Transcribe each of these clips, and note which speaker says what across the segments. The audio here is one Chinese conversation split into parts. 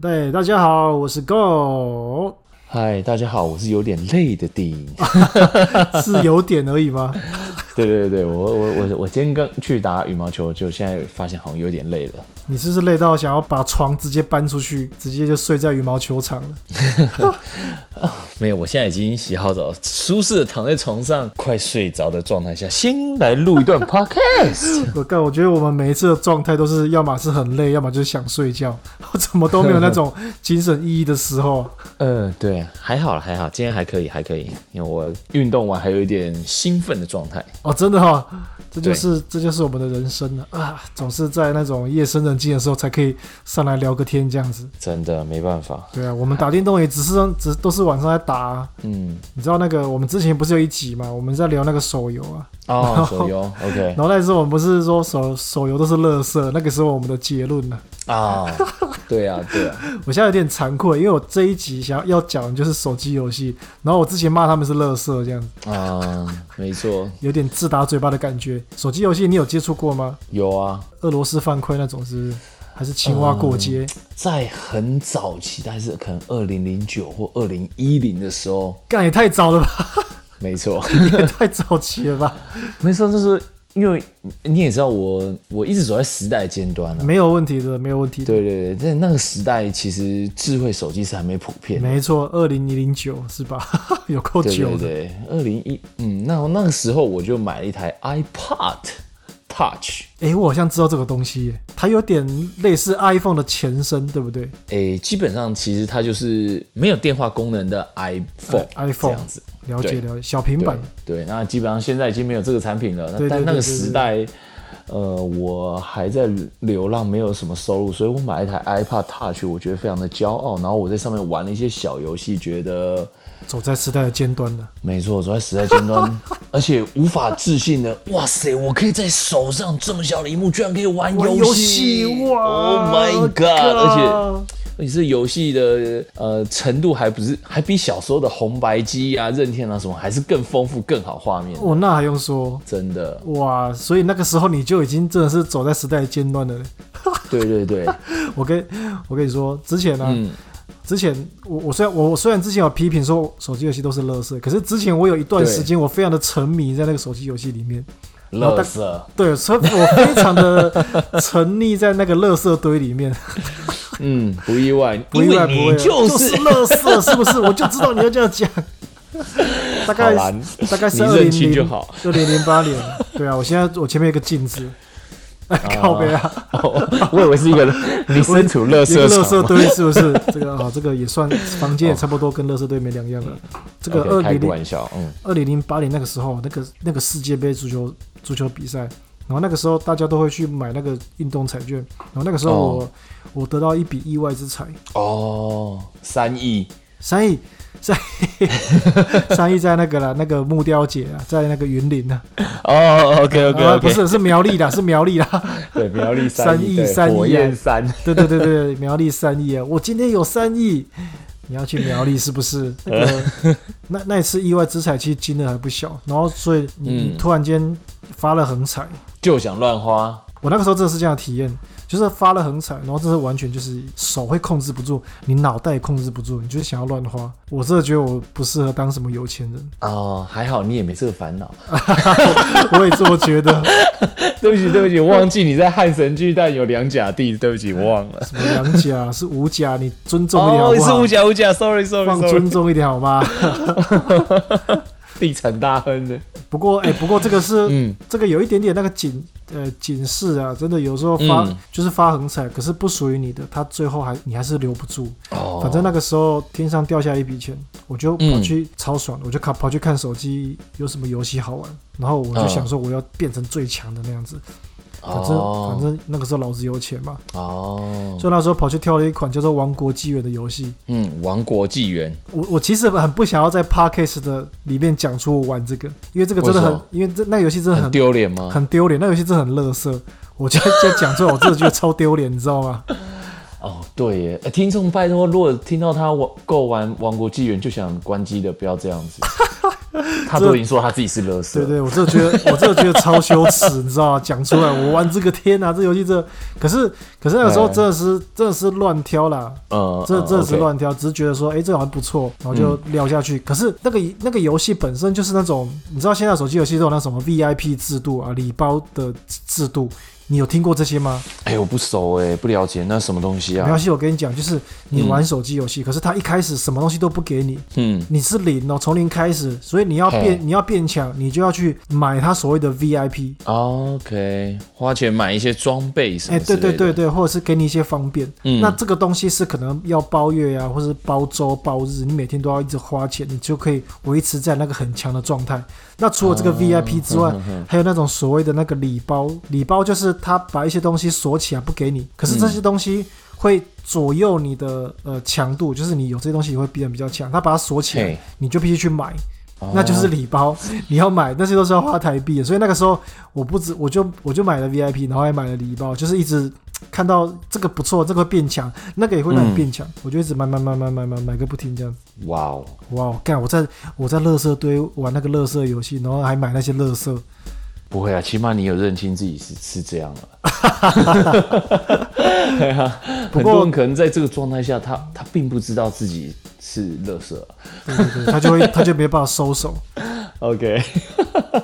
Speaker 1: 对，大家好，我是 Go，
Speaker 2: 嗨，大家好，我是有点累的弟。
Speaker 1: 是有点而已吗？
Speaker 2: 对对对，我我我我今天刚去打羽毛球，就现在发现好像有点累了。
Speaker 1: 你是不是累到想要把床直接搬出去，直接就睡在羽毛球场了？
Speaker 2: 没有，我现在已经洗好澡，舒适的躺在床上，快睡着的状态下，先来录一 段 podcast。
Speaker 1: 我靠，我觉得我们每一次的状态都是，要么是很累，要么就是想睡觉，我怎么都没有那种精神奕奕的时候。
Speaker 2: 嗯，对，还好了，还好，今天还可以，还可以，因为我运动完还有一点兴奋的状态。
Speaker 1: 哦，真的哈、这就是这就是我们的人生了啊！总是在那种夜深人静的时候才可以上来聊个天这样子。
Speaker 2: 真的没办法，
Speaker 1: 对啊，我们打电动也只是只都是晚上在打、啊。
Speaker 2: 嗯，
Speaker 1: 你知道那个我们之前不是有一集嘛，我们在聊那个手游啊，
Speaker 2: 哦，手游，OK，
Speaker 1: 然后那时候我们不是说手手游都是垃圾，那个时候我们的结论呢、
Speaker 2: 啊，对啊，对 啊，
Speaker 1: 我现在有点惭愧，因为我这一集想要要讲的就是手机游戏，然后我之前骂他们是垃圾，这样子
Speaker 2: 啊，没错，
Speaker 1: 有点自打嘴巴的感觉。手机游戏你有接触过吗？
Speaker 2: 有啊，
Speaker 1: 俄罗斯犯规那种是不是？还是青蛙过街？
Speaker 2: 在很早期，但是可能二零零九或二零一零的时候，
Speaker 1: 干、也太早了吧，
Speaker 2: 没错，
Speaker 1: 也太早期了吧？
Speaker 2: 没错，就是因为你也知道我，我一直走在时代尖端啊。
Speaker 1: 没有问题的，没有问题的。
Speaker 2: 对对对，在那个时代，其实智慧手机是还没普遍的。
Speaker 1: 没错，二零零九是吧？ 有够
Speaker 2: 对
Speaker 1: 久
Speaker 2: 对
Speaker 1: 的。
Speaker 2: 对，二零一嗯，那那个时候我就买了一台 iPod Touch，
Speaker 1: 诶，我好像知道这个东西耶，它有点类似 iPhone 的前身，对不对？
Speaker 2: 诶、基本上其实它就是没有电话功能的 iPhone、
Speaker 1: iPhone
Speaker 2: 这样子。
Speaker 1: 了解
Speaker 2: 对
Speaker 1: 了解，小平板。
Speaker 2: 对对，那基本上现在已经没有这个产品了。那
Speaker 1: 对对
Speaker 2: 但那
Speaker 1: 对
Speaker 2: 个
Speaker 1: 对
Speaker 2: 时
Speaker 1: 对
Speaker 2: 代，呃，我还在流浪，没有什么收入，所以我买一台 iPad Touch，我觉得非常的骄傲。然后我在上面玩了一些小游戏，觉得
Speaker 1: 走在时代的尖端了。
Speaker 2: 没错，走在时代 尖端，而且无法置信的，哇塞，我可以在手上这么小的一幕，居然可以玩
Speaker 1: 玩
Speaker 2: 游戏，
Speaker 1: 哇
Speaker 2: o h my
Speaker 1: 靠
Speaker 2: God！而且而且这游戏的呃程度还不是，还比小时候的红白机啊、任天啊什么，还是更丰富、更好画面。
Speaker 1: 哦，那还用说？
Speaker 2: 真的，
Speaker 1: 哇，所以那个时候你就已经真的是走在时代的尖端了。
Speaker 2: 对 对对，
Speaker 1: 我跟我跟你说，之前呢、啊
Speaker 2: 嗯，
Speaker 1: 之前我我虽然我我虽然之前有批评说手机游戏都是垃圾，可是之前我有一段时间我非常的沉迷在那个手机游戏里面，后
Speaker 2: 乐
Speaker 1: 大
Speaker 2: 色，
Speaker 1: 对，所以我非常的沉溺在那个垃圾堆里面，
Speaker 2: 嗯，不意外，
Speaker 1: 不意外
Speaker 2: 因
Speaker 1: 不
Speaker 2: 为
Speaker 1: 会啊
Speaker 2: 你就
Speaker 1: 就是
Speaker 2: 是
Speaker 1: 垃圾，是不是？我就知道你要这样 讲。大概
Speaker 2: 好啦
Speaker 1: 大概是
Speaker 2: 你
Speaker 1: 二
Speaker 2: 认
Speaker 1: 零
Speaker 2: 清就
Speaker 1: 零
Speaker 2: 好
Speaker 1: 二零零八年，对啊，我现在我前面有一个镜子，靠背啊，
Speaker 2: 哦 我以为是一个你身处乐
Speaker 1: 一个
Speaker 2: 色
Speaker 1: 垃
Speaker 2: 场
Speaker 1: 圾堆是不是？这个啊，这个也算房间也差不多跟垃圾堆没两样了。这个二
Speaker 2: OK，开
Speaker 1: 零
Speaker 2: 个
Speaker 1: 零
Speaker 2: 玩笑，嗯，
Speaker 1: 二零零八年那个时候，那个那个世界杯足球足球比赛，然后那个时候大家都会去买那个运动彩券，然后那个时候我、我得到一笔意外之财，
Speaker 2: 哦，三亿，
Speaker 1: 三亿 三亿 三亿在那个啦，那个木雕姐啊，在那个云林啊，
Speaker 2: 哦，OK OK
Speaker 1: 啊
Speaker 2: OK，
Speaker 1: 不，是是苗栗的，是苗栗的。
Speaker 2: 对，苗栗
Speaker 1: 三亿
Speaker 2: 对
Speaker 1: 三亿
Speaker 2: 火焰山，
Speaker 1: 对对对对，苗栗三亿啊！我今天有三亿，你要去苗栗是不 是？那个那那一次意外之财其实金额还不小，然后所以你,、你
Speaker 2: 嗯
Speaker 1: 突然间发了横财，
Speaker 2: 就想乱花，
Speaker 1: 我那个时候真的是这样的体验，就是发了横财，然后真是完全就是手会控制不住，你脑袋也控制不住，你就是想要乱花。我真的觉得我不适合当什么有钱人，
Speaker 2: 哦，还好你也没这个烦恼。
Speaker 1: 我也这么觉得。
Speaker 2: 对不起，对不起，我忘记你在汉神巨蛋有两甲地，对不起，我忘了。哦
Speaker 1: 什么两甲是五甲，你尊重一点好
Speaker 2: 你
Speaker 1: 不
Speaker 2: 是
Speaker 1: 好？
Speaker 2: 五甲五甲，sorry
Speaker 1: 放
Speaker 2: sorry
Speaker 1: 尊
Speaker 2: sorry，
Speaker 1: 重一点好吗？
Speaker 2: 地产大亨的，
Speaker 1: 不过，哎、不过这个是，
Speaker 2: 嗯
Speaker 1: 这个有一点点那个警，呃，警示啊，真的有时候发、
Speaker 2: 嗯
Speaker 1: 就是发横财，可是不属于你的，他最后还你还是留不住。
Speaker 2: 哦
Speaker 1: 反正那个时候天上掉下一笔钱，我就跑
Speaker 2: 嗯
Speaker 1: 去超爽，我就看跑去看手机有什么游戏好玩，然后我就
Speaker 2: 嗯
Speaker 1: 想说我要变成最强的那样子。反正、
Speaker 2: 哦
Speaker 1: 反正那个时候老子有钱嘛，
Speaker 2: 哦，
Speaker 1: 所以那时候跑去挑了一款叫做《王国纪元》的游戏。
Speaker 2: 嗯，王国纪元，
Speaker 1: 我我其实很不想要在 podcast 的里面讲出我玩这个，因为这个真的
Speaker 2: 为什
Speaker 1: 很
Speaker 2: 么，
Speaker 1: 因为这那个游戏真的
Speaker 2: 很
Speaker 1: 很
Speaker 2: 丢脸吗？
Speaker 1: 很丢脸，那游戏真的很垃圾。我就就讲出来，我真的觉得超丢脸，你知道吗？
Speaker 2: 哦，对耶，呃听 众拜托，如果听到他玩够玩王国纪元就想关机的，不要这样子。他都已经说他自己是乐色
Speaker 1: 对，对，我真的觉得，我真的觉得超羞耻，你知道吗？讲出来，我玩这个天哪、这游戏这，可是可是那个时候
Speaker 2: 哎
Speaker 1: 真的是真的是乱挑啦，
Speaker 2: 呃，
Speaker 1: 这
Speaker 2: 呃
Speaker 1: 这是
Speaker 2: OK 嗯
Speaker 1: 乱挑，只是觉得说，哎，这好像不错，然后就聊下去。可是那个那个游戏本身就是那种，你知道现在手机游戏都有那什么 VIP 制度啊、礼包的制度，你有听过这些吗？
Speaker 2: 哎、我不熟哎、不了解那什么东西
Speaker 1: 没关
Speaker 2: 啊？
Speaker 1: 系，我跟你讲，就是你
Speaker 2: 嗯
Speaker 1: 玩手机游戏，可是它一开始什么东西都不给你，
Speaker 2: 嗯，
Speaker 1: 你是零哦，从零开始，所以你要变
Speaker 2: 嘿
Speaker 1: 你要变强，你就要去买它所谓的 VIP。
Speaker 2: OK，花钱买一些装备什
Speaker 1: 哎、
Speaker 2: 么
Speaker 1: 对
Speaker 2: 之类的。
Speaker 1: 对对对，或者是给你一些方便。
Speaker 2: 嗯
Speaker 1: 那这个东西是可能要包月呀、或是包周、包日，你每天都要一直花钱，你就可以维持在那个很强的状态。那除了这个
Speaker 2: 嗯
Speaker 1: VIP 之外，还有那种所谓的那个礼包，礼包就是他把一些东西锁起来不给你，可是这些
Speaker 2: 嗯
Speaker 1: 东西会左右你的呃强度，就是你有这些东西你会变得比较强，他把它锁起来
Speaker 2: 嘿，
Speaker 1: 你就必须去买。那就是礼包，你要买那些都是要花台币的，所以那个时候我不止我就我就买了 VIP，然后还买了礼包，就是一直看到这个不错，这个会变强，那个也会让你变强，我就一直买买买买买买买个不停这样子。
Speaker 2: 哇哦，
Speaker 1: 哇，干我在我在乐色堆玩那个乐色游戏，然后还买那些乐色，
Speaker 2: 不会啊，起码你有认清自己是是这样了。 对啊，很
Speaker 1: 过
Speaker 2: 多人可能在这个状态下，他他并不知道自己是啊乐色、
Speaker 1: 对对对，他就会他就没办法收手。
Speaker 2: OK，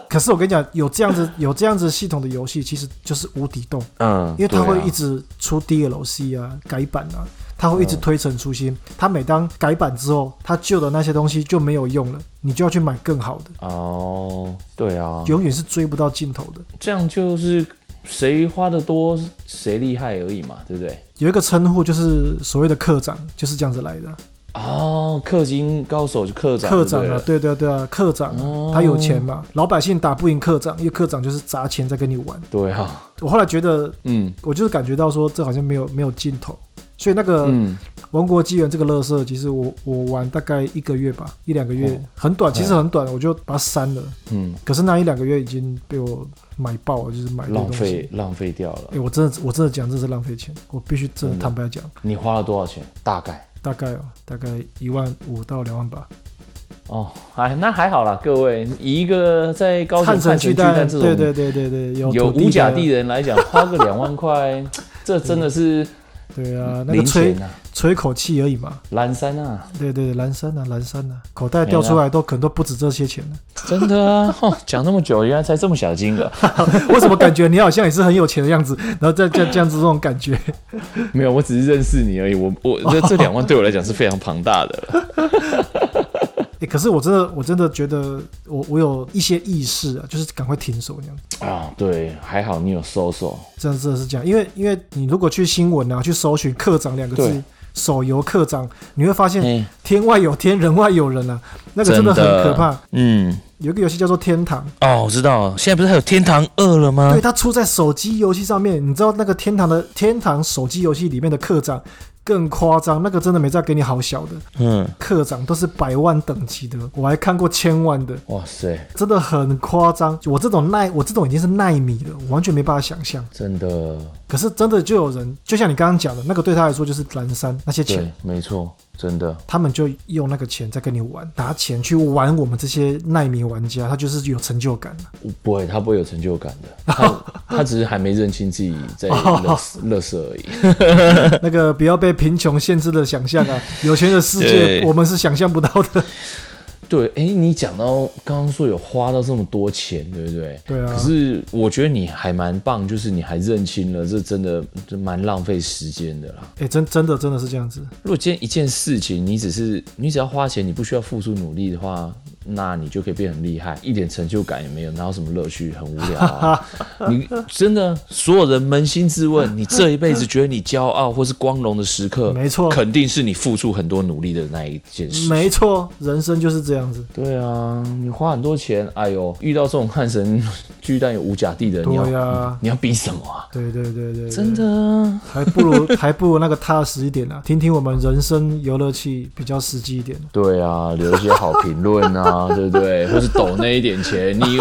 Speaker 1: 可是我跟你讲，有这样子有这样子系统的游戏，其实就是无底洞。
Speaker 2: 嗯，
Speaker 1: 因为它会一
Speaker 2: 直、
Speaker 1: 直出 DLC 啊、改版啊，它会一直推陈出新。它每当改版之后，它旧的那些东西就没有用了，你就要去买更好的，
Speaker 2: 哦，对啊，
Speaker 1: 永远是追不到尽头的。
Speaker 2: 这样就是谁花的多谁厉害而已嘛，对不对？
Speaker 1: 有一个称呼就是所谓的课长，就是这样子来的啊。
Speaker 2: 哦，氪金高手就课长，
Speaker 1: 课长
Speaker 2: 对不
Speaker 1: 啊，
Speaker 2: 对
Speaker 1: 对对对啊，课长啊
Speaker 2: 哦，
Speaker 1: 他有钱嘛，老百姓打不赢课长，因为课长就是砸钱在跟你玩。
Speaker 2: 对啊，
Speaker 1: 我后来觉得，
Speaker 2: 嗯
Speaker 1: 我就是感觉到说，这好像没有没有尽头。所以那个
Speaker 2: 嗯，
Speaker 1: 《王国纪元》这个乐色，其实我我玩大概一个月吧，一两个月，
Speaker 2: 哦
Speaker 1: 很短，其实很短，我就把它删了。
Speaker 2: 嗯，
Speaker 1: 可是那一两个月已经被我买爆了，就是买这
Speaker 2: 浪
Speaker 1: 东西。
Speaker 2: 费浪费掉了
Speaker 1: 哎、。我真的我真的讲，这是浪费钱，我必须真的坦白讲，
Speaker 2: 你花了多少钱？大概
Speaker 1: 大概哦，大概一万五到两万吧。
Speaker 2: 哦，哎，那还好啦，各位，以一个在高雄
Speaker 1: 城
Speaker 2: 汉城
Speaker 1: 巨
Speaker 2: 巨蛋这种
Speaker 1: 对对对对对，有
Speaker 2: 有
Speaker 1: 土地
Speaker 2: 五甲地
Speaker 1: 的，
Speaker 2: 人来讲，花 个两万块，这真的是
Speaker 1: 对啊，那个
Speaker 2: 零
Speaker 1: 吹
Speaker 2: 钱啊，
Speaker 1: 吹口气而已嘛。
Speaker 2: 蓝山啊，
Speaker 1: 对对对，蓝山啊蓝山啊，口袋掉出来都可能都不止这些钱了。
Speaker 2: 真的啊，哦讲那么久，原来才这么小的金额，
Speaker 1: 为什么感觉你好像也是很有钱的样子？然后再这样这样子这种感觉。
Speaker 2: 没有，我只是认识你而已，我我 这这两万对我来讲是非常庞大的了，
Speaker 1: 欸，可是我真的，我真的觉得我我有一些意识啊，就是赶快停手这样，
Speaker 2: 啊，对，还好你有收手，
Speaker 1: 这样真的是这样，因为因为你如果去新闻啊，去搜寻“课长”两个字
Speaker 2: 对，
Speaker 1: 手游课长，你会发现
Speaker 2: 哎，
Speaker 1: 天外有天，人外有人啊，那个嗯真的很可怕。
Speaker 2: 嗯，
Speaker 1: 有一个游戏叫做《天堂》，
Speaker 2: 哦，我知道，现在不是还有天堂二了吗
Speaker 1: 对，它出在手机游戏上面，你知道那个《天堂》的《天堂》手机游戏里面的课长更夸张，那个真的没再给你好小的
Speaker 2: 嗯，
Speaker 1: 课长，都是百万等级的，我还看过千万的。
Speaker 2: 哇塞，
Speaker 1: 真的很夸张。我这种耐，我这种已经是耐米了，我完全没办法想象。
Speaker 2: 真的，
Speaker 1: 可是真的就有人，就像你刚刚讲的那个，对他来说就是蓝山那些
Speaker 2: 对
Speaker 1: 钱，，
Speaker 2: 没错，真的，
Speaker 1: 他们就用那个钱在跟你玩，拿钱去玩我们这些耐米玩家，他就是有成就感了。
Speaker 2: 不会，他不会有成就 感的，他他只是还没认清自己 在乐乐色而已。
Speaker 1: 那个不要被贫穷限制了想象啊，有钱的世界
Speaker 2: 对
Speaker 1: 我们是想象不到 的。
Speaker 2: 对，哎，你讲到刚刚说有花到这么多钱，对不对？
Speaker 1: 对啊
Speaker 2: 可是我觉得你还蛮棒，就是你还认清了，这真的这蛮浪费时间的啦。
Speaker 1: 哎、真真的真的是这样子。
Speaker 2: 如果今天一件事情，你只是你只要花钱，你不需要付出努力的话，那你就可以变很厉害，一点成就感也没有，哪有什么乐趣？很无聊 啊！你真的所有人扪心自问，你这一辈子觉得你骄傲或是光荣的时刻，
Speaker 1: 没错
Speaker 2: 肯定是你付出很多努力的那一件事。
Speaker 1: 没错，人生就是这样子。
Speaker 2: 对啊，你花很多钱，哎呦，遇到这种汉神巨蛋有五甲地的，你要、
Speaker 1: 对啊
Speaker 2: 你要比什么啊？
Speaker 1: 对对对对对
Speaker 2: 真的啊，
Speaker 1: 还不如 还不如那个踏实一点啊，听听我们人生游乐器比较实际一点。
Speaker 2: 对啊，留一些好评论啊，对不对？或是抖那一点钱，你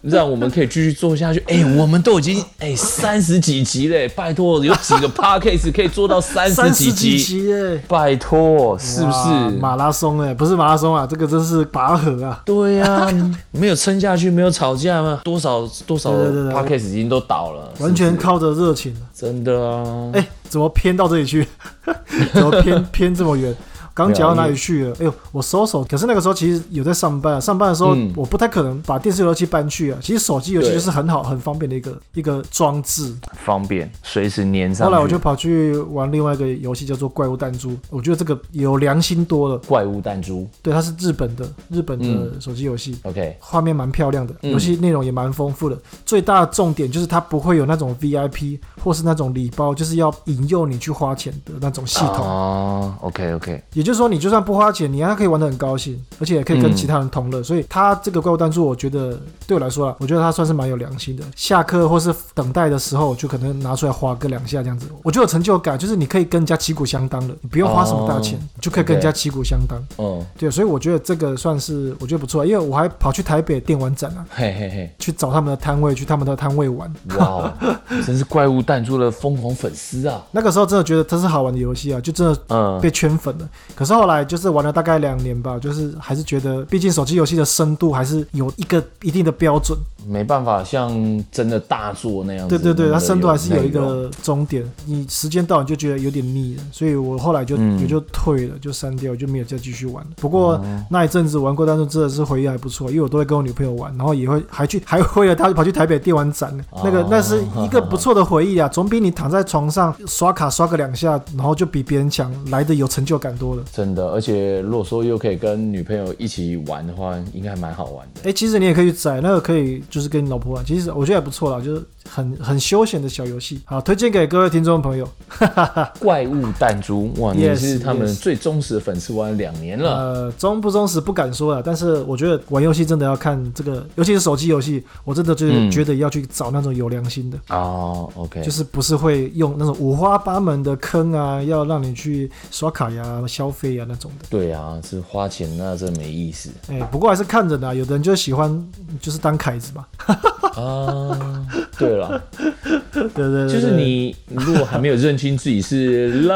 Speaker 2: 让我们可以继续做下去。哎、我们都已经哎三十几集嘞，拜托，有几个 podcast 可以做到三
Speaker 1: 三
Speaker 2: 十
Speaker 1: 十
Speaker 2: 几
Speaker 1: 几
Speaker 2: 集？
Speaker 1: 集耶，
Speaker 2: 拜托，是不
Speaker 1: 哇
Speaker 2: 是？
Speaker 1: 马拉松哎？不是马拉松啊，这个真是拔河啊！
Speaker 2: 对呀、 没有撑下去，没有吵架吗？多少多少
Speaker 1: 对对对
Speaker 2: podcast 已经都倒了，
Speaker 1: 完全
Speaker 2: 是不是
Speaker 1: 靠着热情。
Speaker 2: 真的啊！
Speaker 1: 哎、怎么偏到这里去？ 怎么偏 偏这么远？刚讲到哪里去了？哎呦，我收手。可是那个时候其实有在上班、啊，上班的时候、
Speaker 2: 嗯
Speaker 1: 我不太可能把电视游戏搬去啊。其实手机游戏
Speaker 2: 对
Speaker 1: 就是很好、很方便的一个一个装置。
Speaker 2: 方便，随时粘上去。
Speaker 1: 后来我就跑去玩另外一个游戏，叫做《怪物弹珠》，我觉得这个有良心多了。
Speaker 2: 怪物弹珠
Speaker 1: 对，它是日本的日本
Speaker 2: 嗯
Speaker 1: 的手机游戏。
Speaker 2: ，OK，
Speaker 1: 画面蛮漂亮的，
Speaker 2: 嗯
Speaker 1: 游戏内容也蛮丰富的。最大的重点就是它不会有那种 VIP 或是那种礼包，就是要引诱你去花钱的那种系统。
Speaker 2: 哦，OK OK，
Speaker 1: 也就是说，你就算不花钱，你还可以玩得很高兴，而且也可以跟其他人同
Speaker 2: 嗯
Speaker 1: 乐。所以它这个怪物弹珠，我觉得对我来说啊，我觉得它算是蛮有良心的。下课或是等待的时候，就可能拿出来花个两下这样子，我就有成就感，就是你可以跟人家旗鼓相当的，你不用花什么大钱，
Speaker 2: 哦
Speaker 1: 你就可以跟人家旗鼓相当。
Speaker 2: 嗯，
Speaker 1: 对，所以我觉得这个算是我觉得不错，因为我还跑去台北电玩展啊，
Speaker 2: 嘿嘿嘿，
Speaker 1: 去找他们的摊位，去他们的摊位玩。
Speaker 2: 哇哦， 真是怪物弹珠的疯狂粉丝啊！
Speaker 1: 那个时候真的觉得它是好玩的游戏啊，就真的
Speaker 2: 嗯，
Speaker 1: 被圈粉了。可是后来就是玩了大概两年吧，就是还是觉得，毕竟手机游戏的深度还是有一个一定的标准。
Speaker 2: 没办法像真的大作那样子
Speaker 1: 对
Speaker 2: 那么
Speaker 1: 对
Speaker 2: 的内容，
Speaker 1: 对，它深度还是有一个终点，你时间到你就觉得有点腻了，所以我后来就
Speaker 2: 嗯哦
Speaker 1: 我就退了，就删掉，就没有再继续玩了。不过那一阵子玩过当中真的是回忆还不错，因为我都会跟我女朋友玩，然后也会还去还为了她跑去台北电玩展，
Speaker 2: 哦
Speaker 1: 那个那是一个不错的回忆啊， 总比你躺在床上刷卡刷个两下，然后就比别人强来的有成就感多了。
Speaker 2: 真的，而且如果说又可以跟女朋友一起玩的话，应该还蛮好玩的。
Speaker 1: 哎、其实你也可以去载，那个可以就是跟你老婆玩，其实我觉得还不错啦，就是很很休闲的小游戏，好推荐给各位听众朋友。
Speaker 2: 怪物弹珠，哇，你
Speaker 1: Yes，
Speaker 2: 是他们
Speaker 1: yes
Speaker 2: 最忠实的粉丝，玩了两年了。
Speaker 1: 呃，忠不忠实不敢说了，但是我觉得玩游戏真的要看这个，尤其是手机游戏，我真的就是
Speaker 2: 嗯
Speaker 1: 觉得要去找那种有良心的，
Speaker 2: 哦，OK，
Speaker 1: 就是不是会用那种五花八门的坑啊，要让你去刷卡呀、消费呀那种的。
Speaker 2: 对啊，是花钱那真没意 思
Speaker 1: 哎、不过还是看着的啊、有的人就喜欢就是当凯子嘛，
Speaker 2: 啊。对了，
Speaker 1: 对对对，
Speaker 2: 就是
Speaker 1: 对。
Speaker 2: 你如果还没有认清自己是
Speaker 1: 乐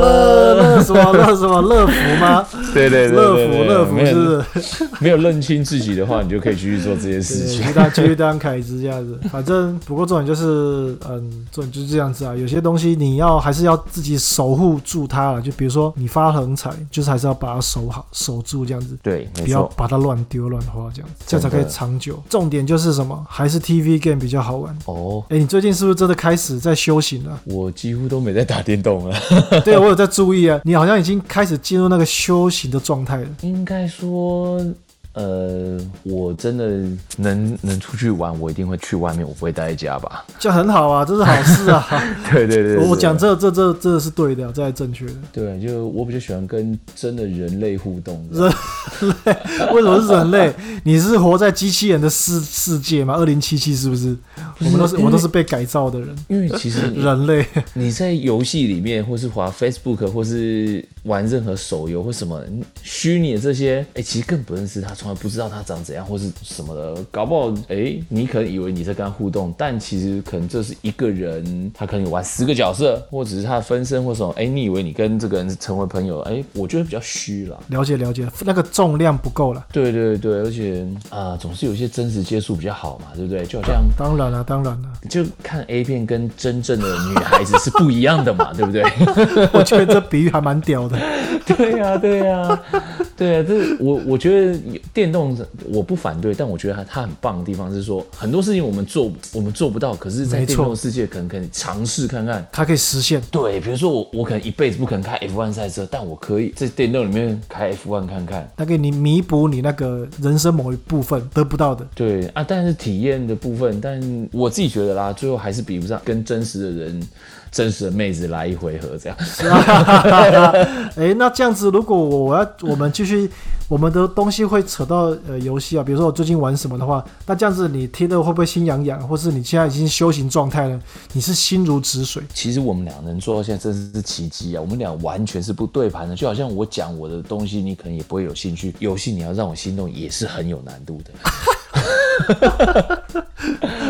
Speaker 2: 乐，
Speaker 1: 乐什么乐什么乐福吗？
Speaker 2: 对对对
Speaker 1: 乐
Speaker 2: 对
Speaker 1: 福
Speaker 2: 对
Speaker 1: 乐福
Speaker 2: 没
Speaker 1: 是
Speaker 2: 有
Speaker 1: 不是？
Speaker 2: 没有认清自己的话，你就可以继续做这件
Speaker 1: 对，
Speaker 2: 事情。
Speaker 1: 就当继续当凯子这样子。反正不过重点就是，嗯，重点就是这样子啊。有些东西你要还是要自己守护住它了。就比如说你发横财，就是还是要把它守好、守住这样子。
Speaker 2: 对，没
Speaker 1: 不要
Speaker 2: 错。
Speaker 1: 把它乱丢乱花，这样子，这样才可以
Speaker 2: 真的
Speaker 1: 长久。重点就是什么？还是 TV game 比较好玩。
Speaker 2: 哦，？
Speaker 1: 哎、你最近是不是真的开始在修行了
Speaker 2: 我几乎都没在打电动了。
Speaker 1: 对，我有在注意啊，你好像已经开始进入那个修行的状态了。
Speaker 2: 应该说，呃，我真的能能出去玩，我一定会去外面，我不会待在家吧？
Speaker 1: 这样很好啊，这是好事啊！
Speaker 2: 对对对
Speaker 1: 我讲这这这这是对的、啊，这是正确的。
Speaker 2: 对，就我比较喜欢跟真的人类互动的。
Speaker 1: 人类 为什么是人类？你是活在机器人的世世界吗？二零七七是不是？我们都是我们都是被改造的人，
Speaker 2: 因为其实你
Speaker 1: 人类。
Speaker 2: 你在游戏里面，或是滑 Facebook，或是玩任何手游或什么你虚拟的这些，哎、其实更不认识他，从来不知道他长怎样或是什么的。搞不好，哎、你可能以为你在跟他互动，但其实可能这是一个人，他可能有玩十个角色，或者是他的分身或什么。哎、你以为你跟这个人成为朋友，哎、我觉得比较虚啦。
Speaker 1: 了解了解，那个重量不够了。
Speaker 2: 对对对，而且啊、总是有一些真实接触比较好嘛，对不对？就好像
Speaker 1: 当然了、啊当然了、
Speaker 2: 就看 A 片跟真正的女孩子是不一样的嘛，对不对？
Speaker 1: 我觉得这比喻还蛮屌的。
Speaker 2: 对呀、对呀、对呀、这我我觉得有电动我不反对，但我觉得它它很棒的地方是说，很多事情我们做我们做不到，可是，在
Speaker 1: 没
Speaker 2: 电
Speaker 1: 错
Speaker 2: 动世界可能可以尝试看看。
Speaker 1: 它可以实现，
Speaker 2: 对，比如说我我可能一辈子不可能开 F1 赛车，但我可以在电动里面开 F1 看看。
Speaker 1: 它给你弥补你那个人生某一部分得不到的。
Speaker 2: 对啊，但是体验的部分，但我自己觉得啦，最后还是比不上跟真实的人、真实的妹子来一回合这样。
Speaker 1: 哎、那这样子，如果我我要我们继续，我们的东西会扯到呃游戏啊，比如说我最近玩什么的话，那这样子你听了会不会心痒痒，或是你现在已经修行状态了，你是心如止水？
Speaker 2: 其实我们俩能做到现在真是奇迹啊！我们俩完全是不对盘的，就好像我讲我的东西，你可能也不会有兴趣；游戏你要让我心动也是很有难度的。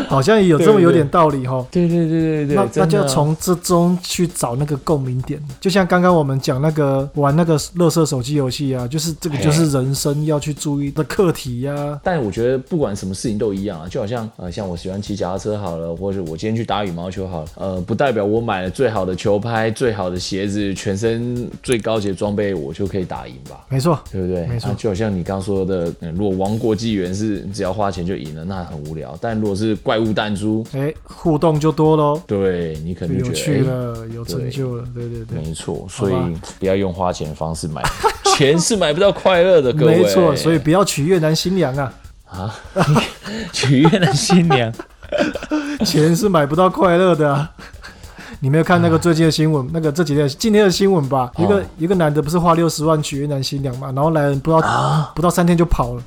Speaker 1: 好像也有这么有点道理哈。
Speaker 2: 对对对对对，
Speaker 1: 那那
Speaker 2: 真
Speaker 1: 就
Speaker 2: 的
Speaker 1: 要从这中去找那个共鸣点，就像刚刚我们讲那个玩那个乐色手机游戏啊，就是这个
Speaker 2: 嘿
Speaker 1: 就是人生要去注意的课题呀、
Speaker 2: 但我觉得不管什么事情都一样啊，就好像呃，像我喜欢骑脚踏车好了，或者我今天去打羽毛球好了，呃，不代表我买了最好的球拍、最好的鞋子、全身最高级的装备，我就可以打赢吧。
Speaker 1: 没错，
Speaker 2: 对不对？
Speaker 1: 没错
Speaker 2: 啊就好像你刚说的，嗯如果王国纪元是只要花钱就赢了，那很无聊；但如果是怪物弹珠，
Speaker 1: 哎，互动就多喽，
Speaker 2: 对你可能就
Speaker 1: 有
Speaker 2: 觉得
Speaker 1: 趣
Speaker 2: 哎
Speaker 1: 了，有成就了，对对对。
Speaker 2: 没错，所以
Speaker 1: 吧
Speaker 2: 不要用花钱的方式买， 钱是买不到快乐的，各位。
Speaker 1: 没错，所以不要娶越南新娘啊，
Speaker 2: 啊，娶越南新 娘，
Speaker 1: 钱是买不到快乐的、啊。你没有看那个最近的新闻？那个这几天今天的新闻吧，一个、
Speaker 2: 哦
Speaker 1: 一个男的不是花六十万娶越南新娘嘛，然后来了不到、不到三天就跑了，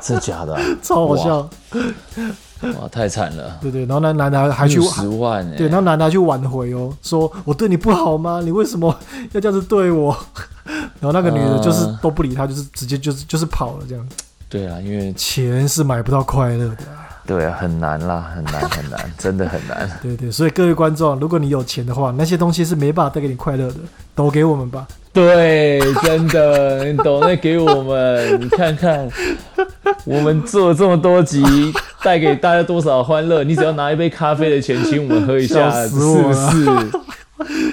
Speaker 2: 真的假的啊？
Speaker 1: 超好笑。
Speaker 2: 哇，太惨了，
Speaker 1: 对对，然后那男的还还去
Speaker 2: 六十万哎、
Speaker 1: 对，然后男的还去挽回哦，说我对你不好吗？你为什么要这样子对我？ 然后那个女的就是
Speaker 2: 嗯
Speaker 1: 都不理他，就是直接就是就是跑了这样。
Speaker 2: 对啊，因为
Speaker 1: 钱是买不到快乐的啊、
Speaker 2: 对啊，很难啦，很难很难， 真的很难。
Speaker 1: 对对，所以各位观众，如果你有钱的话，那些东西是没办法带给你快乐的，都给我们吧。
Speaker 2: 对，真的，你懂那给我们，你看 看，我们做了这么多集，带给大家多少欢乐？你只要拿一杯咖啡的钱请我们喝一下，
Speaker 1: 笑
Speaker 2: 是
Speaker 1: 死我
Speaker 2: 不
Speaker 1: 了
Speaker 2: 是？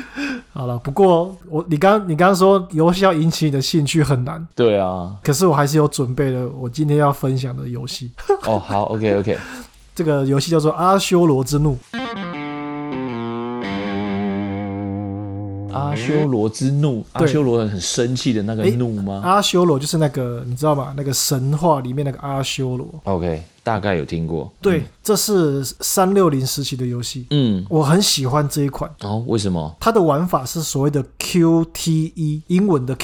Speaker 1: 好了，不过我你刚你刚刚说游戏要引起你的兴趣很难，
Speaker 2: 对啊，
Speaker 1: 可是我还是有准备了，我今天要分享的游戏，
Speaker 2: 哦，好，OK OK，
Speaker 1: 这个游戏叫做《阿修罗之怒》。
Speaker 2: 阿修罗之怒，阿
Speaker 1: 嗯对
Speaker 2: 修罗很生气的那个
Speaker 1: 诶啊
Speaker 2: 怒吗
Speaker 1: 阿修罗就是那个你知道吗？那个神话里面那个阿修罗。
Speaker 2: ？OK，大概有听过。
Speaker 1: 对，这是三六零时期的游戏，
Speaker 2: 嗯，
Speaker 1: 我很喜欢这一款。
Speaker 2: 哦，为什么？
Speaker 1: 它的玩法是所谓的 QTE，英文的 E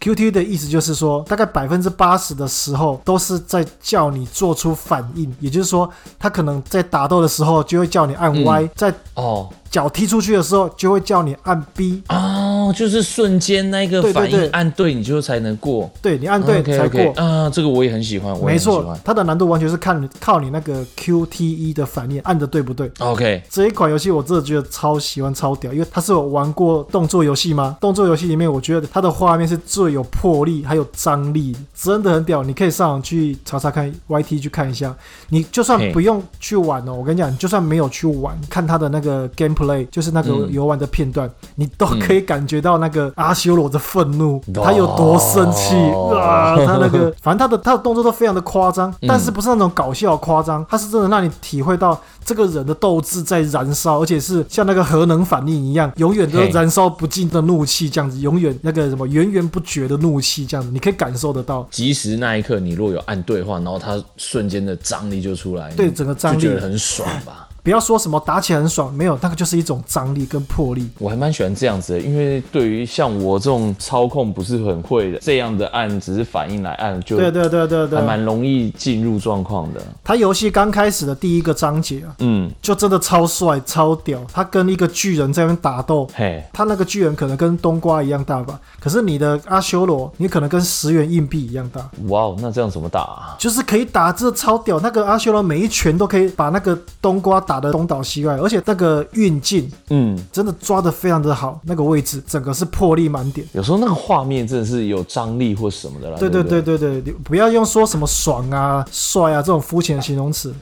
Speaker 1: QTE，QTE 的意思就是说，大概百分之八十的时候都是在叫你做出反应，也就是说，它可能在打斗的时候就会叫你按 Y，、在
Speaker 2: 哦
Speaker 1: 脚踢出去的时候就会叫你按 B，
Speaker 2: 哦，就是瞬间那个
Speaker 1: 对对
Speaker 2: 反
Speaker 1: 对
Speaker 2: 应按对你就才能过，
Speaker 1: 对你按对
Speaker 2: OK
Speaker 1: 才过。
Speaker 2: OK 啊，这个我也很喜欢，我也
Speaker 1: 没
Speaker 2: 很喜
Speaker 1: 错
Speaker 2: 欢，。
Speaker 1: 它的难度完全是看你靠你那个 QTE 的反应按的对不对。
Speaker 2: OK，
Speaker 1: 这一款游戏我真的觉得超喜欢、超屌，因为它是我玩过动作游戏吗？动作游戏里面，我觉得它的画面是最有魄力，还有张力的，真的很屌。你可以上网去查查看 YT 去看一下。你就算
Speaker 2: 嘿
Speaker 1: 不用去玩哦，我跟你讲，你就算没有去玩，看它的那个 gameplay，就是那个
Speaker 2: 嗯
Speaker 1: 游玩的片段，你都可以感觉到那个阿修罗的愤怒，
Speaker 2: 哦
Speaker 1: 他有多生气啊！ 他那个，反正他的他的动作都非常的夸张，
Speaker 2: 嗯
Speaker 1: 但是不是那种搞笑夸张，他是真的让你体会到这个人的斗志在燃烧，而且是像那个核能反应一样，永远都
Speaker 2: 嘿
Speaker 1: 燃烧不尽的怒气，这样子，永远那个什么源源不绝的怒气，这样子，你可以感受得到。
Speaker 2: 即时那一刻你若有按对的话，然后它瞬间的张力就出来，
Speaker 1: 对
Speaker 2: 你
Speaker 1: 整个张力
Speaker 2: 就觉得很爽吧。
Speaker 1: 不要说什么打起来很爽，没有，那个就是一种张力跟魄力。
Speaker 2: 我还蛮喜欢这样子的，因为对于像我这种操控不是很会的这样的按，只是反应来按，就
Speaker 1: 对啊对对对
Speaker 2: 还
Speaker 1: 对，
Speaker 2: 蛮容易进入状况的。
Speaker 1: 他游戏刚开始的第一个章节啊，
Speaker 2: 嗯，
Speaker 1: 就真的超帅超屌，他跟一个巨人在那边打斗，
Speaker 2: 嘿，
Speaker 1: 他那个巨人可能跟冬瓜一样大吧，可是你的阿修罗，你可能跟十元硬币一样大，
Speaker 2: 哇哦，那这样怎么打、啊？
Speaker 1: 就是可以打这超屌。那个阿修罗每一拳都可以把那个冬瓜打得东倒西歪，而且那个运镜
Speaker 2: 嗯，
Speaker 1: 真的抓得非常的好，那个位置整个是魄力满点。
Speaker 2: 有时候那个画面真的是有张力或什么的啦。
Speaker 1: 对
Speaker 2: 对
Speaker 1: 对对对对，你不要用说什么爽啊、帅啊这种肤浅的形容词。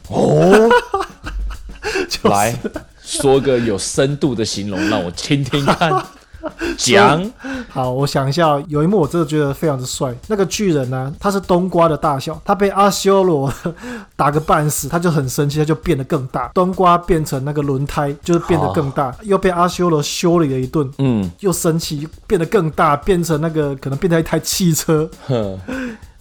Speaker 2: 对，来说个有深度的形容，让我听听 看。讲
Speaker 1: 好，我想一下哦，有一幕我真的觉得非常的帅。那个巨人呢、他是冬瓜的大小，他被阿修罗打个半死，他就很生气，他就变得更大。冬瓜变成那个轮胎，就是变得更大，又被阿修罗修理了一顿，
Speaker 2: 嗯，
Speaker 1: 又生气，又变得更大，变成那个可能变成一台汽车。
Speaker 2: 哼，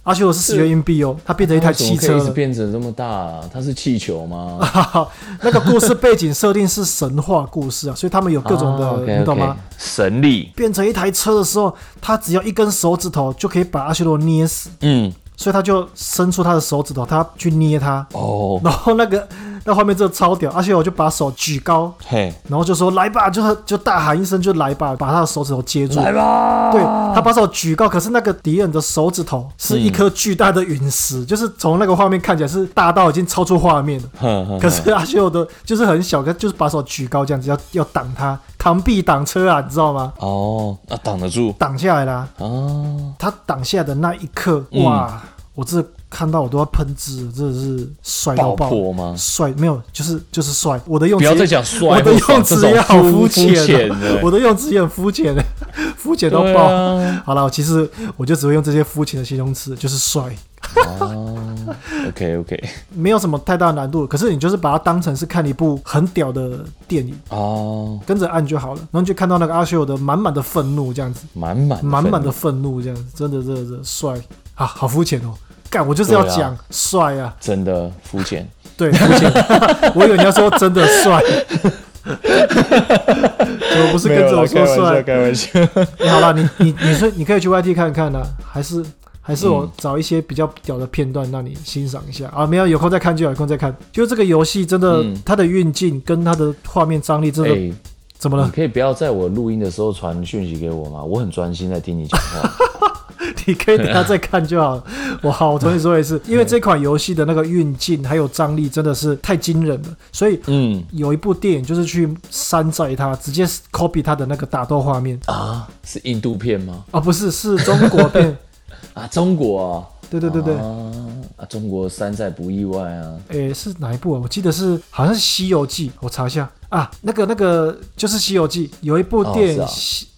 Speaker 1: 阿修罗是十元硬币哦，他变成一台汽
Speaker 2: 它
Speaker 1: 车
Speaker 2: 为什么可以一直
Speaker 1: 了。
Speaker 2: 变成这么大、啊？它是气球吗？
Speaker 1: 哈哈， 那个故事背景设定是神话故事啊，所以他们有各种的，
Speaker 2: o k
Speaker 1: 你懂吗？
Speaker 2: 神力，
Speaker 1: 变成一台车的时候，他只要一根手指头就可以把阿修罗捏死，
Speaker 2: 嗯，
Speaker 1: 所以他就伸出他的手指头，他去捏他，
Speaker 2: 哦，
Speaker 1: 然后那个那画面真的超屌，而且我就把手举高，
Speaker 2: 嘿，
Speaker 1: 然后就说来吧，就就大喊一声就来吧，把他的手指头接住。
Speaker 2: 来吧，
Speaker 1: 对他把手举高，可是那个敌人的手指头是一颗巨大的陨石，
Speaker 2: 嗯
Speaker 1: 就是从那个画面看起来是大到已经超出画面了。
Speaker 2: 哼哼
Speaker 1: 可是阿修的就是很小，个就是把手举高这样子，要要挡他，螳臂挡车啊，你知道吗？
Speaker 2: 哦，那挡得住
Speaker 1: 挡下来啦、
Speaker 2: 啊，
Speaker 1: 他挡下的那一刻，
Speaker 2: 嗯
Speaker 1: 哇！我这看到我都要喷汁了，真的是帅到
Speaker 2: 爆
Speaker 1: 爆，
Speaker 2: 破吗？
Speaker 1: 帅没有，就是就是帅。我的用
Speaker 2: 不
Speaker 1: 词
Speaker 2: 要再讲帅
Speaker 1: 我的
Speaker 2: 或爽
Speaker 1: 用
Speaker 2: 这
Speaker 1: 词
Speaker 2: 种
Speaker 1: 也好
Speaker 2: 肤
Speaker 1: 浅
Speaker 2: 肤浅
Speaker 1: 哦、
Speaker 2: 的
Speaker 1: 我的用词也很肤浅 的，肤浅到
Speaker 2: 对
Speaker 1: 爆。
Speaker 2: 啊
Speaker 1: 好了，其实我就只会用这些肤浅的形容词，就是帅，
Speaker 2: 哦，OK OK，
Speaker 1: 没有什么太大难度。可是你就是把它当成是看一部很屌的电影，
Speaker 2: 哦，
Speaker 1: 跟着按就好了，然后你就看到那个阿修的满满的愤怒这样子。
Speaker 2: 满满
Speaker 1: 满满
Speaker 2: 的
Speaker 1: 的愤怒，这样子，真的，真的，真的帅啊，好肤浅哦！干，我就是要讲帅啊，
Speaker 2: 愤怒，真的肤 浅，
Speaker 1: 对，肤浅。 我以为你要说真的帅， 怎么不是跟着我说帅？
Speaker 2: 开玩笑，
Speaker 1: 欸好了，你你你说你可以去 YT 看看啊，还是还是
Speaker 2: 嗯
Speaker 1: 我找一些比较屌的片段让你欣赏一下啊？没有，有空再看就好有空再看。就这个游戏真的，
Speaker 2: 嗯
Speaker 1: 它的运镜跟它的画面张力真的
Speaker 2: 哎。
Speaker 1: 怎么
Speaker 2: 你
Speaker 1: 了？
Speaker 2: 可以不要在我录音的时候传讯息给我吗？我很专心在听你讲话。
Speaker 1: 你可以等下再看就好了。我好，我重新说一次，因为这款游戏的那个运镜还有张力真的是太惊人了，所以
Speaker 2: 嗯
Speaker 1: 有一部电影就是去山寨它，直接 copy 它的那个打斗画面
Speaker 2: 啊，是印度片吗？
Speaker 1: 啊，不是，是中国 片。
Speaker 2: 啊，中国啊，
Speaker 1: 对对对对，
Speaker 2: 啊啊，中国山寨不意外啊。
Speaker 1: 诶、是哪一部啊？我记得是好像是《西游记》，我查一下啊。那个那个就是《西游记》，有一部电影
Speaker 2: 哦，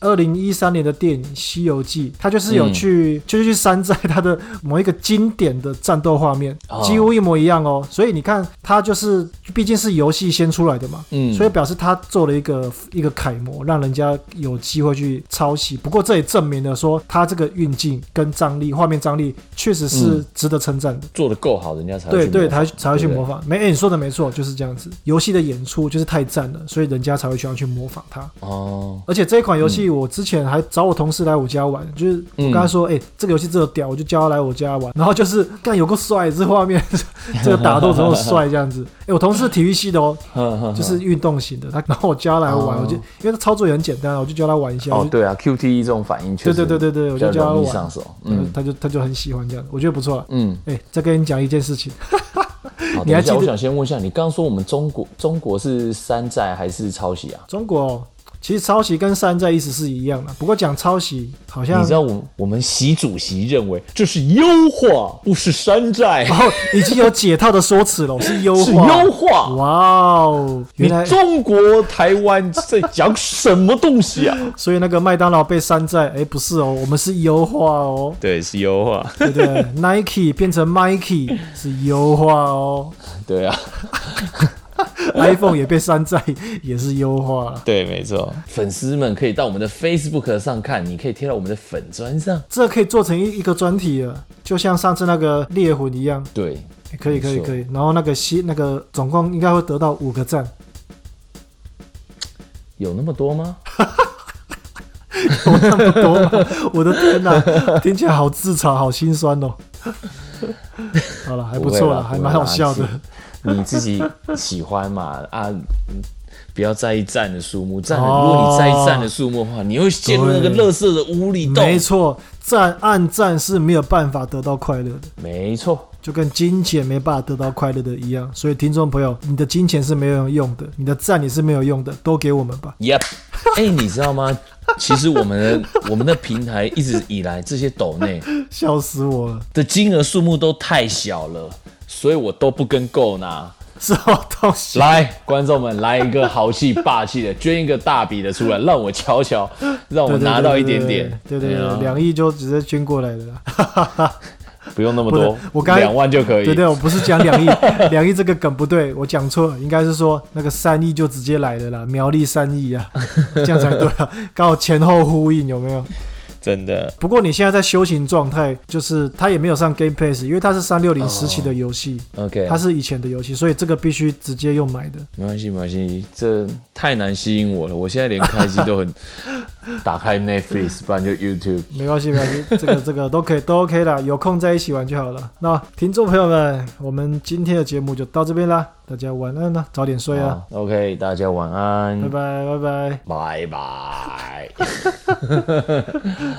Speaker 1: 二零一三年的电影《西游记》，它就是有
Speaker 2: 嗯
Speaker 1: 去、就是去山寨它的某一个经典的战斗画面，
Speaker 2: 哦
Speaker 1: 几乎一模一样哦。所以你看，它就是毕竟是游戏先出来的嘛。
Speaker 2: 嗯，
Speaker 1: 所以表示他做了一个一个楷模，让人家有机会去抄袭。不过这也证明了说，他这个运镜跟张力、画面张力确实是
Speaker 2: 嗯
Speaker 1: 值得称赞的。
Speaker 2: 做的够好，人家才会
Speaker 1: 对
Speaker 2: 去
Speaker 1: 对，
Speaker 2: 模仿
Speaker 1: 才才会去
Speaker 2: 对不对
Speaker 1: 模仿。没，哎、你说的没错，就是这样子。游戏的演出就是太赞了，所以人家才会想要去模仿它。
Speaker 2: 哦，
Speaker 1: 而且这一款游戏，我之前还找我同事来我家玩，就是我跟
Speaker 2: 嗯
Speaker 1: 他说，哎、这个游戏真的屌，我就叫他来我家玩。然后就是干有个帅，这画面 这个打斗怎么帅这样子？哎、我同事体育系的哦，
Speaker 2: 呵呵呵
Speaker 1: 就是运动型的，他然后我教他来玩，
Speaker 2: 嗯哦
Speaker 1: 我就因为他操作也很简单，我就教他玩一下。我
Speaker 2: 哦
Speaker 1: 就，
Speaker 2: 对啊，QTE 这种反应确
Speaker 1: 对
Speaker 2: 实
Speaker 1: 对对对对，我
Speaker 2: 比
Speaker 1: 就
Speaker 2: 较
Speaker 1: 教他
Speaker 2: 容易
Speaker 1: 玩，
Speaker 2: 上手。
Speaker 1: 然后
Speaker 2: 嗯
Speaker 1: 他就他就很喜欢这样，我觉得不错了。
Speaker 2: 嗯，
Speaker 1: 哎、再跟你讲一件事情，
Speaker 2: 好，
Speaker 1: 你
Speaker 2: 等
Speaker 1: 还
Speaker 2: 一
Speaker 1: 记得
Speaker 2: 下，我想先问一下，你刚刚说我们中国中国是山寨还是抄袭啊？
Speaker 1: 中国、哦、其实抄袭跟山寨意思是一样的，不过讲抄袭好像
Speaker 2: 你知道我我们习主席认为这是优化，不是山寨，
Speaker 1: 然后哦已经有解套的说辞了，是优化，
Speaker 2: 是优化。
Speaker 1: 哇哦，
Speaker 2: 你
Speaker 1: 原来
Speaker 2: 中国台湾在讲什么东西啊？，
Speaker 1: 所以那个麦当劳被山寨，哎，不是哦，我们是优化哦
Speaker 2: 对，是优化。
Speaker 1: 对不对？Nike 变成 Mikey 是优化 哦
Speaker 2: 对啊，
Speaker 1: ，iPhone 也被山寨，也是优化了。
Speaker 2: 对，没错。粉丝们可以到我们的 Facebook 上看，你可以贴到我们的粉砖上。
Speaker 1: 这可以做成一一个专题了，就像上次那个猎魂一样，
Speaker 2: 对，
Speaker 1: 哎可以
Speaker 2: 没
Speaker 1: 可以
Speaker 2: 错
Speaker 1: 可以。然后那个西那个总共应该会得到五个赞，
Speaker 2: 有那么多吗？
Speaker 1: 我那么多吗， 我的天哪、听起来好自嘲，好心酸 哦。好了，还不错
Speaker 2: 会
Speaker 1: 了，
Speaker 2: 啦
Speaker 1: 还蛮好笑的。。
Speaker 2: 不会啦自己你自己喜欢嘛啊，嗯不要在意赞的数目，赞的。如果你在意赞的数目的话，你会陷入那个
Speaker 1: 哦对
Speaker 2: 乐色的无里洞。
Speaker 1: 没错，赞暗赞是没有办法得到快乐的，
Speaker 2: 没错，
Speaker 1: 就跟金钱没办法得到快乐的一样。所以，听众朋友，你的金钱是没有用的，你的赞也是没有用的，都给我们吧。
Speaker 2: Yep，哎、你知道吗？其实我们的我们的平台一直以来这些抖内
Speaker 1: 笑死我了，
Speaker 2: 的金额数目都太小了，所以我都不跟够拿。
Speaker 1: 什么东西？
Speaker 2: 来，观众们，来一个豪气霸气的，捐一个大笔的出来，让我瞧瞧，让我
Speaker 1: 对对
Speaker 2: 拿到一
Speaker 1: 对
Speaker 2: 点
Speaker 1: 对
Speaker 2: 点。
Speaker 1: 对对
Speaker 2: 啊
Speaker 1: 对，两亿就直接捐过来了。
Speaker 2: 不用那么
Speaker 1: 不
Speaker 2: 多
Speaker 1: 是，我刚才
Speaker 2: 两万就可以。
Speaker 1: 对对，我不是讲两 亿，两亿这个梗不对，我讲错了，应该是说那个三亿就直 接来了啦，苗栗三亿啊，这样才对啊，刚好前后呼应，有没有？
Speaker 3: 真的，
Speaker 1: 不过你现在在修行状态，就是它也没有上 Game Pass，因为它是三六零时期的游戏，
Speaker 2: 哦 OK，
Speaker 1: 它是以前的游戏，所以这个必须直接用买的。
Speaker 2: 没关系，没关系，这太难吸引我了。我现在连开机都很打开 Netflix，不然就 YouTube。
Speaker 1: 没关系，没关系，这个这个都可以，都 OK 的，有空在一起玩就好了。那听众朋友们，我们今天的节目就到这边啦，大家晚安啦，早点睡啊，
Speaker 2: 好嗯 OK，大家晚安
Speaker 1: 拜，拜拜拜。
Speaker 2: 拜拜。